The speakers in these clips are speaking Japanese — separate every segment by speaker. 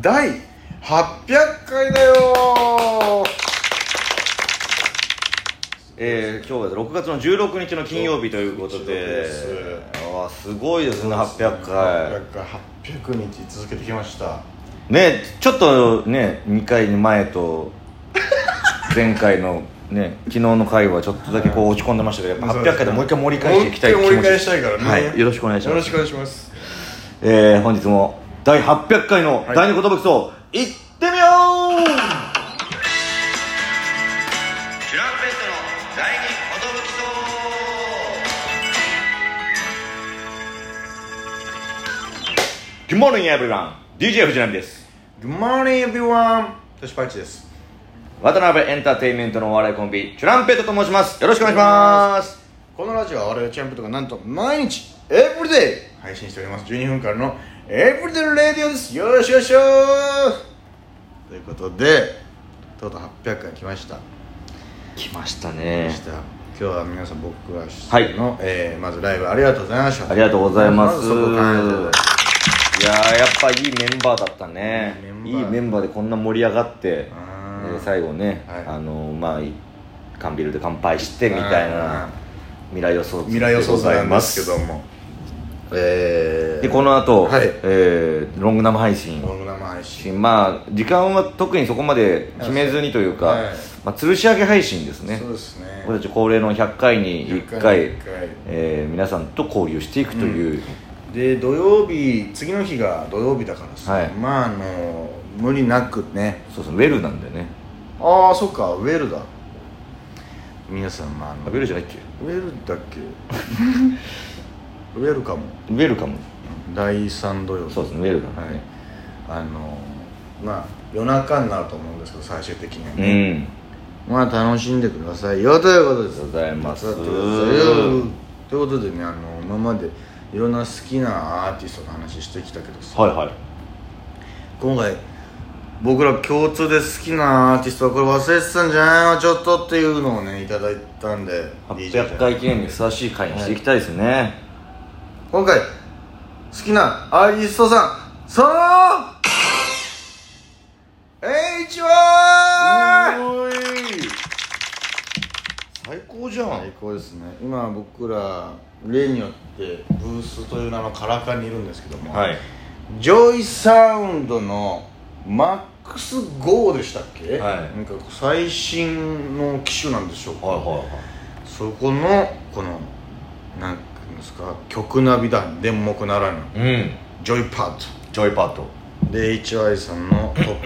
Speaker 1: 第800回だよえー、今日は6月の16日の金曜日ということ
Speaker 2: 16
Speaker 1: で
Speaker 2: です
Speaker 1: あーすごいですね800回
Speaker 2: 800回800日続けてきました
Speaker 1: ねちょっとね2回前 と前回のね昨日の回はちょっとだけこう落ち込んでましたけどやっぱ800回でもう一回盛り返していきたい
Speaker 2: もう一回盛り返したいからね
Speaker 1: はい、よろしくお願いし
Speaker 2: よ
Speaker 1: ま
Speaker 2: ろ
Speaker 1: す
Speaker 2: しくお願いします
Speaker 1: えー、本日も第800回の
Speaker 2: はい
Speaker 1: 第二言武器といってみよう、
Speaker 3: キュランペットの第二
Speaker 1: ギモルンエブリワン DJ 藤波です
Speaker 2: Good morning everyone トシパイチです
Speaker 1: 渡辺エンターテインメントのお笑いコンビチュランペットと申しますよろしくお願いします
Speaker 2: このラジオは我々チャンプとかなんと毎日
Speaker 1: エブリデイ
Speaker 2: 配信しております12分間のエブリデイラディオですよろしくよろしくということでとうとう800回来ました
Speaker 1: 来ましたね
Speaker 2: でした今日は皆さん僕が出
Speaker 1: はい
Speaker 2: 演の、えーまずライブありがとうございました
Speaker 1: ありがとうございます
Speaker 2: ずそこからありがとうございます
Speaker 1: いやーやっぱいいメンバーだったね
Speaker 2: いいメンバ
Speaker 1: いい
Speaker 2: ー
Speaker 1: メンバーでこんな盛り上がって、
Speaker 2: うん
Speaker 1: えー最後ね、
Speaker 2: はい
Speaker 1: あのーまあい缶ビールで乾杯してみたいな
Speaker 2: うん
Speaker 1: 未来予想図
Speaker 2: 未来予想図なんですけど
Speaker 1: で
Speaker 2: もえー、
Speaker 1: でこの後、
Speaker 2: はい
Speaker 1: えーロング生配信
Speaker 2: ロング生配信
Speaker 1: まあ時間は特にそこまで決めずにというか、
Speaker 2: はい
Speaker 1: まあ、吊るし上げ配信ですね
Speaker 2: そうですね
Speaker 1: 俺たち恒例の100回に1
Speaker 2: 100
Speaker 1: 回
Speaker 2: 回に1回
Speaker 1: えー皆さんと交流していくという、
Speaker 2: で土曜日次の日が土曜日だからさ、
Speaker 1: はい
Speaker 2: まああの無理なくね
Speaker 1: そうそうウェルなんでね
Speaker 2: ああそっかウェルだ皆さんまああ
Speaker 1: あ
Speaker 2: の
Speaker 1: ウェルじゃないっけ
Speaker 2: ウェルだっ けウェルかも
Speaker 1: ウェルカム
Speaker 2: 第3土曜日
Speaker 1: そうですねウェルカム
Speaker 2: はい
Speaker 1: ね、
Speaker 2: あのまあ夜中になると思うんですけど最終的には
Speaker 1: う
Speaker 2: ね、
Speaker 1: ん
Speaker 2: まあ楽しんでくださいよということです
Speaker 1: ありがとうございます
Speaker 2: 手伝ってくださいよということでねあの今までいろんな好きなアーティストの話してきたけどさ
Speaker 1: はいはい
Speaker 2: 今回僕ら共通で好きなアーティストはこれ忘れてたんじゃないのちょっとっていうのをねいただいたんで
Speaker 1: 800回記念にふさわしい回にしていきたいですね、
Speaker 2: 今回好きなアーティストさんその H は
Speaker 1: おい最高じゃん
Speaker 2: 最高ですね今僕ら例によってブースという名のカラカンにいるんですけども、
Speaker 1: はい
Speaker 2: ジョイサウンドのマックス5でしたっけ、
Speaker 1: はい
Speaker 2: なんか最新の機種なんでしょうか、
Speaker 1: はいはいはい
Speaker 2: そこのこのなんていうんですか曲ナビだ電目ならぬ
Speaker 1: うん
Speaker 2: ジョイパー
Speaker 1: ジョイパート
Speaker 2: トで HY さんのトッ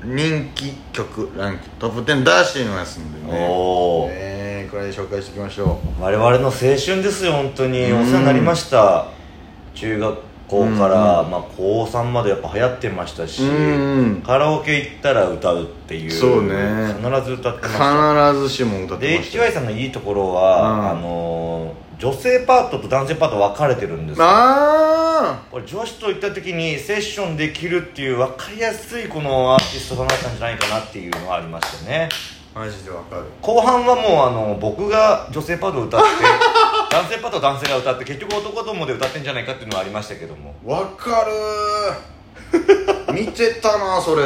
Speaker 2: プ人気曲ランキングトップ10出してみますんでね
Speaker 1: おお、
Speaker 2: えー、これで紹介していきましょ
Speaker 1: 我々の青春ですよ本当にお世話になりました中学校から、まあ、高3までやっぱ流行ってましたし、
Speaker 2: うん
Speaker 1: カラオケ行ったら歌うっていう
Speaker 2: そうね
Speaker 1: 必ず歌ってました
Speaker 2: う必ずしも歌って
Speaker 1: で
Speaker 2: ました
Speaker 1: HY さんのいいところは、
Speaker 2: うん
Speaker 1: あのー女性パートと男性パート分かれてるんですよ
Speaker 2: あ
Speaker 1: これ女子と行った時にセッションできるっていう分かりやすいこのアーティストさんだったんじゃないかなっていうのがありましたね
Speaker 2: あマジでわかる
Speaker 1: 後半はもうあの僕が女性パートを 歌って男性パートを男性が歌って結局男どもで歌ってんじゃないかっていうのはありましたけども
Speaker 2: わかるー見てたな それ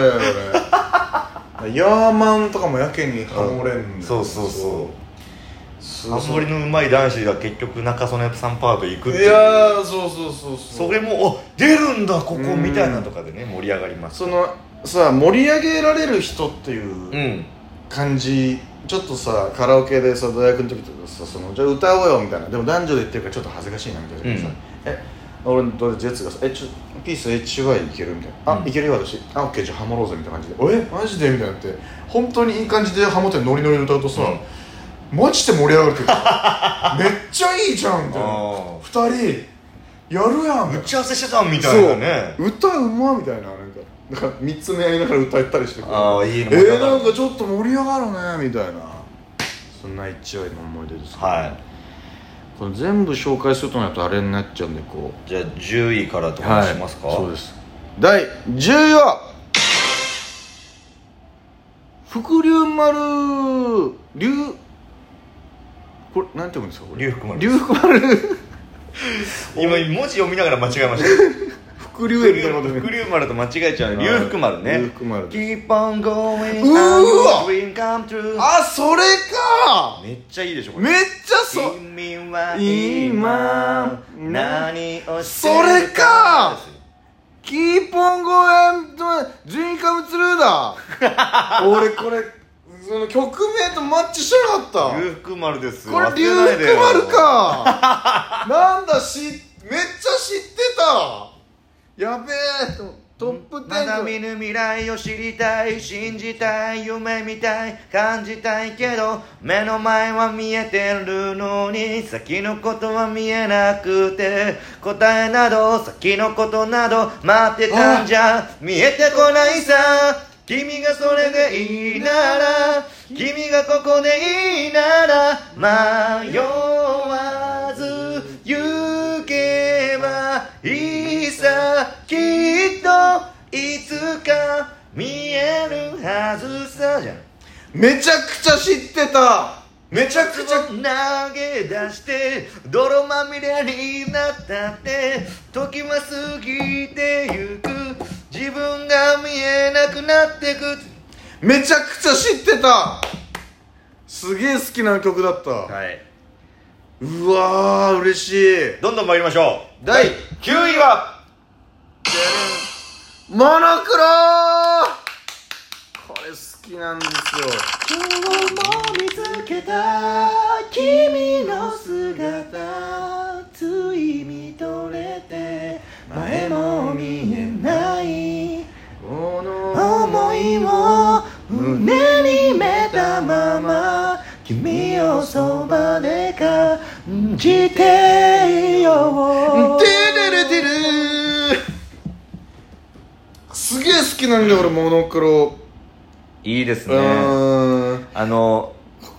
Speaker 2: 俺ヤーマンとかもやけにハモれんの
Speaker 1: そうそうそう
Speaker 2: そう
Speaker 1: ハモリのうまい男子が結局中曽根さんパート行くって
Speaker 2: い
Speaker 1: いう
Speaker 2: やーそうそうそうそう
Speaker 1: それもあ出るんだここ
Speaker 2: うん
Speaker 1: みたいなとかでね盛り上がります
Speaker 2: そのさ盛り上げられる人っていううん感じ、ちょっとさカラオケでさ大学の時とかさそのじゃあ歌おうよみたいなでも男女で言ってるからちょっと恥ずかしいなみたいなさ、
Speaker 1: うん
Speaker 2: え俺のどれジェッツがさ「えちょピース HY いける?」みたいな「あ、
Speaker 1: うん
Speaker 2: いけるよ私あオッケーじゃあハモろうぜ」みたいな感じで「えマジで?」みたいになって本当にいい感じでハモってノリノリで歌うとさ、マジで盛り上がるけどめっちゃいいじゃんみたいな
Speaker 1: あー
Speaker 2: 2人やるやんみたいな
Speaker 1: 打ち合わせしてたみたいなね
Speaker 2: そう歌うまみたいななんかなんか3つ目やりながら歌ったりしてくる
Speaker 1: ああいい
Speaker 2: え
Speaker 1: の
Speaker 2: ー、なんかちょっと盛り上がるねみたいなそんな一応の思い出ですね
Speaker 1: は
Speaker 2: これ全部紹介するとなるとあれになっちゃうんでこ
Speaker 1: いじゃあ10位からと
Speaker 2: う
Speaker 1: かにしますか、
Speaker 2: そうです第10位は福龍丸龍これなんて読むんですかこれ
Speaker 1: 龍福丸
Speaker 2: 龍福丸
Speaker 1: 今文字読みながら間違えました
Speaker 2: 福 福竜園みたいなこと 言う
Speaker 1: 福竜丸と間違えちゃうね龍福丸ね
Speaker 2: 龍福丸
Speaker 1: Keep on going
Speaker 2: うーわ
Speaker 1: and dream come true
Speaker 2: あそれか
Speaker 1: めっちゃいいでしょこれ
Speaker 2: めっちゃそ
Speaker 1: 君は今
Speaker 2: 今
Speaker 1: 何をして
Speaker 2: それ
Speaker 1: る
Speaker 2: かキーポンゴエンとジュンカムツルー だ俺これその曲名とマッチしなかった
Speaker 1: 龍福丸ですよ
Speaker 2: これ
Speaker 1: 忘
Speaker 2: リュ
Speaker 1: れない
Speaker 2: ウ
Speaker 1: で
Speaker 2: ク
Speaker 1: よ
Speaker 2: マルかなんだしめっちゃ知ってたやべえとトップ10と
Speaker 1: まだ見ぬ未来を知りたい信じたい夢見たい感じたいけど目の前は見えてるのに先のことは見えなくて答えなど先のことなど待ってたんじゃ見えてこないさ君がそれでいいなら君がここでいいなら迷わず行けばいいさきっといつか見えるはずさじゃん
Speaker 2: めちゃくちゃ知ってためちゃくちゃ
Speaker 1: 投げ出して泥まみれになったって時は過ぎてゆく自分が見えなくなってく
Speaker 2: めちゃくちゃ知ってたすげえ好きな曲だった、
Speaker 1: はい、
Speaker 2: うわー嬉しい
Speaker 1: どんどん参りましょう
Speaker 2: 第
Speaker 1: 9位は
Speaker 2: モノクロこれ好きなんですよ
Speaker 1: 今日も見つけた君の姿つい見とれて前も見えない思いを胸にめたまま君をそばで感じていよう
Speaker 2: てれれてれすげえ好きなんだよ俺モノクロ
Speaker 1: いいです
Speaker 2: うーん
Speaker 1: あの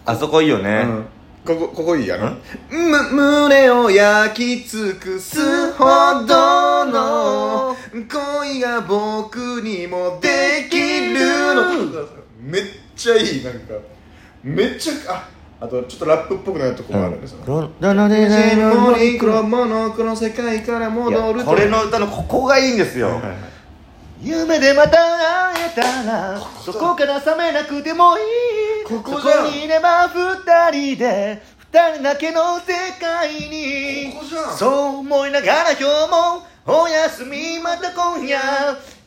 Speaker 1: あそこいいよね
Speaker 2: うんここここいいやろむ胸を焼き尽くすほどの恋が僕にもできるのめっちゃいいなんかめっちゃああとちょっとラップっぽくなるとこもあるんですよ、
Speaker 1: ロロロ
Speaker 2: ジ
Speaker 1: デジ
Speaker 2: ェ
Speaker 1: ェ
Speaker 2: ン
Speaker 1: ン
Speaker 2: モ
Speaker 1: モ
Speaker 2: ニ
Speaker 1: ニ
Speaker 2: ク
Speaker 1: ク
Speaker 2: ロ
Speaker 1: ロ
Speaker 2: モノクロ世界から
Speaker 1: い
Speaker 2: 戻る
Speaker 1: や
Speaker 2: と
Speaker 1: これの歌のここがいいんですよ、
Speaker 2: はいはいはい
Speaker 1: 夢でまた会えたらそこから覚めなくてもいい
Speaker 2: ここ
Speaker 1: そ
Speaker 2: じゃん
Speaker 1: こにいれば二人で二人だけの世界に
Speaker 2: ここじゃん
Speaker 1: そう思いながら今日もおやすみまた今夜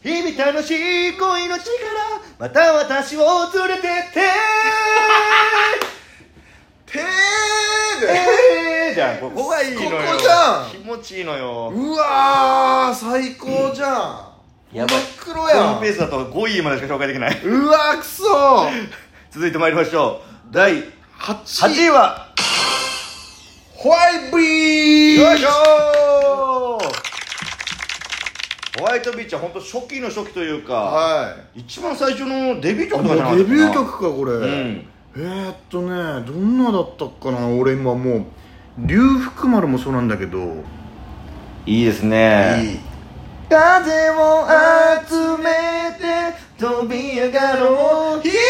Speaker 1: 日々楽しい恋の力また私を連れてって
Speaker 2: て
Speaker 1: えーじゃんここがいいのよ
Speaker 2: ここじゃん
Speaker 1: 気持ちいいのよ
Speaker 2: ーでうわー最高じゃん、
Speaker 1: や
Speaker 2: モ
Speaker 1: ばい
Speaker 2: ノクロ
Speaker 1: こ
Speaker 2: や
Speaker 1: の
Speaker 2: ん
Speaker 1: ペースだと5位までしか紹介できないう
Speaker 2: わーくそ
Speaker 1: 続いてまいりましょう第
Speaker 2: 8
Speaker 1: 8位は
Speaker 2: ホワイトビー
Speaker 1: よいしょーホワイトビーチは本当初期の初期というか、
Speaker 2: は
Speaker 1: 一番最初のデビュー曲とかじゃないか
Speaker 2: デ
Speaker 1: ったかな
Speaker 2: ビュー曲かこれ、
Speaker 1: うん
Speaker 2: えー、っとねどんなだったかな俺今もう龍福丸もそうなんだけど
Speaker 1: いいです
Speaker 2: いい
Speaker 1: ね風を集めて飛び上がろう広い空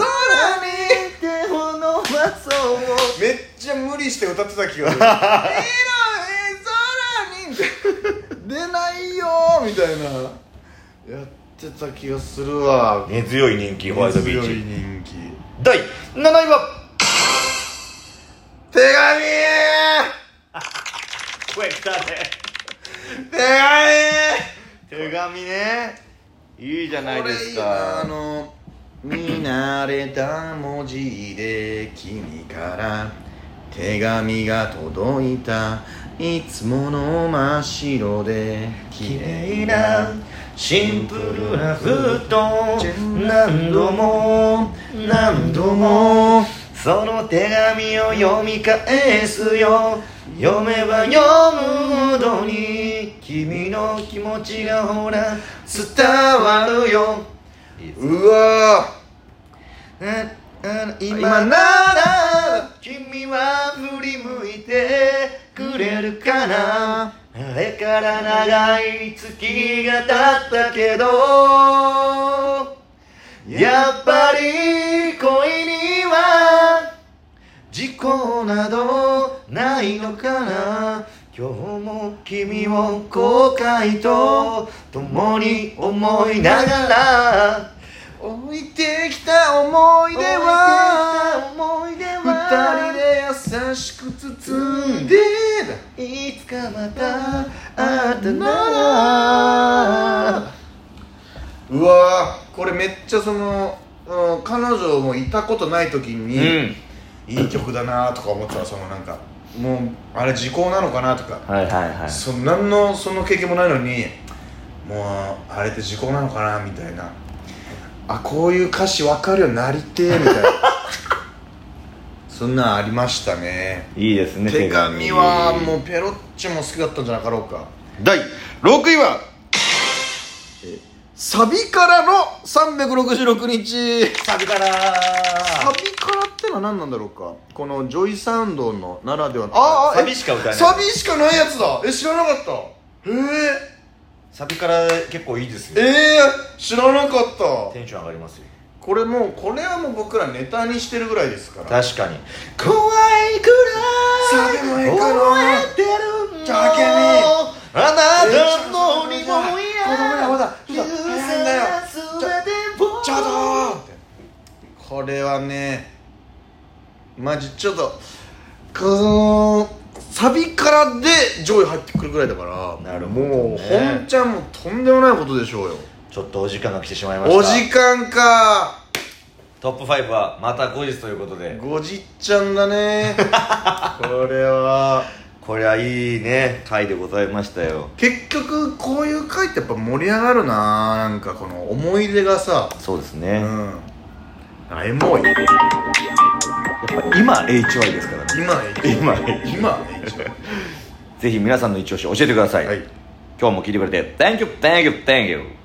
Speaker 1: に手を伸ばそう
Speaker 2: めっちゃ無理して歌ってた気がする「エロい空に」出ないよーみたいなやってた気がするわ
Speaker 1: 根強い人気ホワイトビー
Speaker 2: 強い
Speaker 1: チ
Speaker 2: 人気
Speaker 1: 第7位は
Speaker 2: 手紙
Speaker 1: 声来たね
Speaker 2: 手紙
Speaker 1: 手紙ねいいじゃない
Speaker 2: こ
Speaker 1: で
Speaker 2: れい
Speaker 1: す
Speaker 2: いな
Speaker 1: か
Speaker 2: あの見慣れた文字で君から手紙が届いたいつもの真っ白で綺
Speaker 1: 綺
Speaker 2: 麗
Speaker 1: 麗
Speaker 2: な
Speaker 1: なシンプルな布団何度も何度もその手紙を読み返すよ読めば読むほどに君の気持ちがほら伝わるよ
Speaker 2: うわ
Speaker 1: 今なら君は振り向いてくれるかなあれから長い月が経ったけどやっぱり恋には事故などないのかな今日今日も君を後悔と共に思いながら
Speaker 2: 置いてきた思い出は
Speaker 1: 思い出
Speaker 2: 二人
Speaker 1: は
Speaker 2: で優しく包んで
Speaker 1: いつかま
Speaker 2: だ
Speaker 1: たあったなら
Speaker 2: うわーこれめっちゃその、うん彼女もいたことない時に、
Speaker 1: うん
Speaker 2: いい曲だなとか思ってたそのなんかもうあれ時効なのかなとか、
Speaker 1: はいはいは
Speaker 2: その何のその経験もないのにもうあれって時効なのかなみたいなあこういう歌詞分かるようになりてえみ たいなそんなんありましたね
Speaker 1: いいいですね
Speaker 2: 手紙はもうペロッチョも好きだったんじゃなかろうか第6位はえサビからの366日
Speaker 1: サビから
Speaker 2: サビからってのは何なんだろうかこのジョイサウンドのならではのあーえ
Speaker 1: サビしか歌えない
Speaker 2: サビしかないやつだえ知らなかったえ
Speaker 1: サビから結構いいです
Speaker 2: ー、
Speaker 1: よ
Speaker 2: えー、知らなかった
Speaker 1: テンション上がりますよ
Speaker 2: これもうこれはもう僕らネタにしてるぐらいですから
Speaker 1: 確かに怖いくらい
Speaker 2: サビもいいかな
Speaker 1: 覚えてるの
Speaker 2: じゃあケミ
Speaker 1: あなたのに
Speaker 2: え
Speaker 1: も
Speaker 2: ーちょっと待って
Speaker 1: や
Speaker 2: まだまだ大変だよちょっとこれはねマジちょっとこのサビからで上位入ってくるぐらいだから
Speaker 1: なるほどね
Speaker 2: もう本ちゃんもとんでもないことでしょうよ
Speaker 1: ちょっとお時間が来てしまいました
Speaker 2: お時間か
Speaker 1: トップ5はまた後日ということで
Speaker 2: ごじっちゃんだねこれは
Speaker 1: こりゃいいね回でございましたよ
Speaker 2: 結局こういう回ってやっぱ盛り上がるななんかこの思い出がさ
Speaker 1: そうです
Speaker 2: う
Speaker 1: ね、
Speaker 2: んあエモい
Speaker 1: 今 HY ですからね
Speaker 2: 今
Speaker 1: 今
Speaker 2: 今
Speaker 1: ぜひ皆さんの一押し教えてください、
Speaker 2: はい
Speaker 1: 今日も聞いてくれて Thank you, thank you, thank you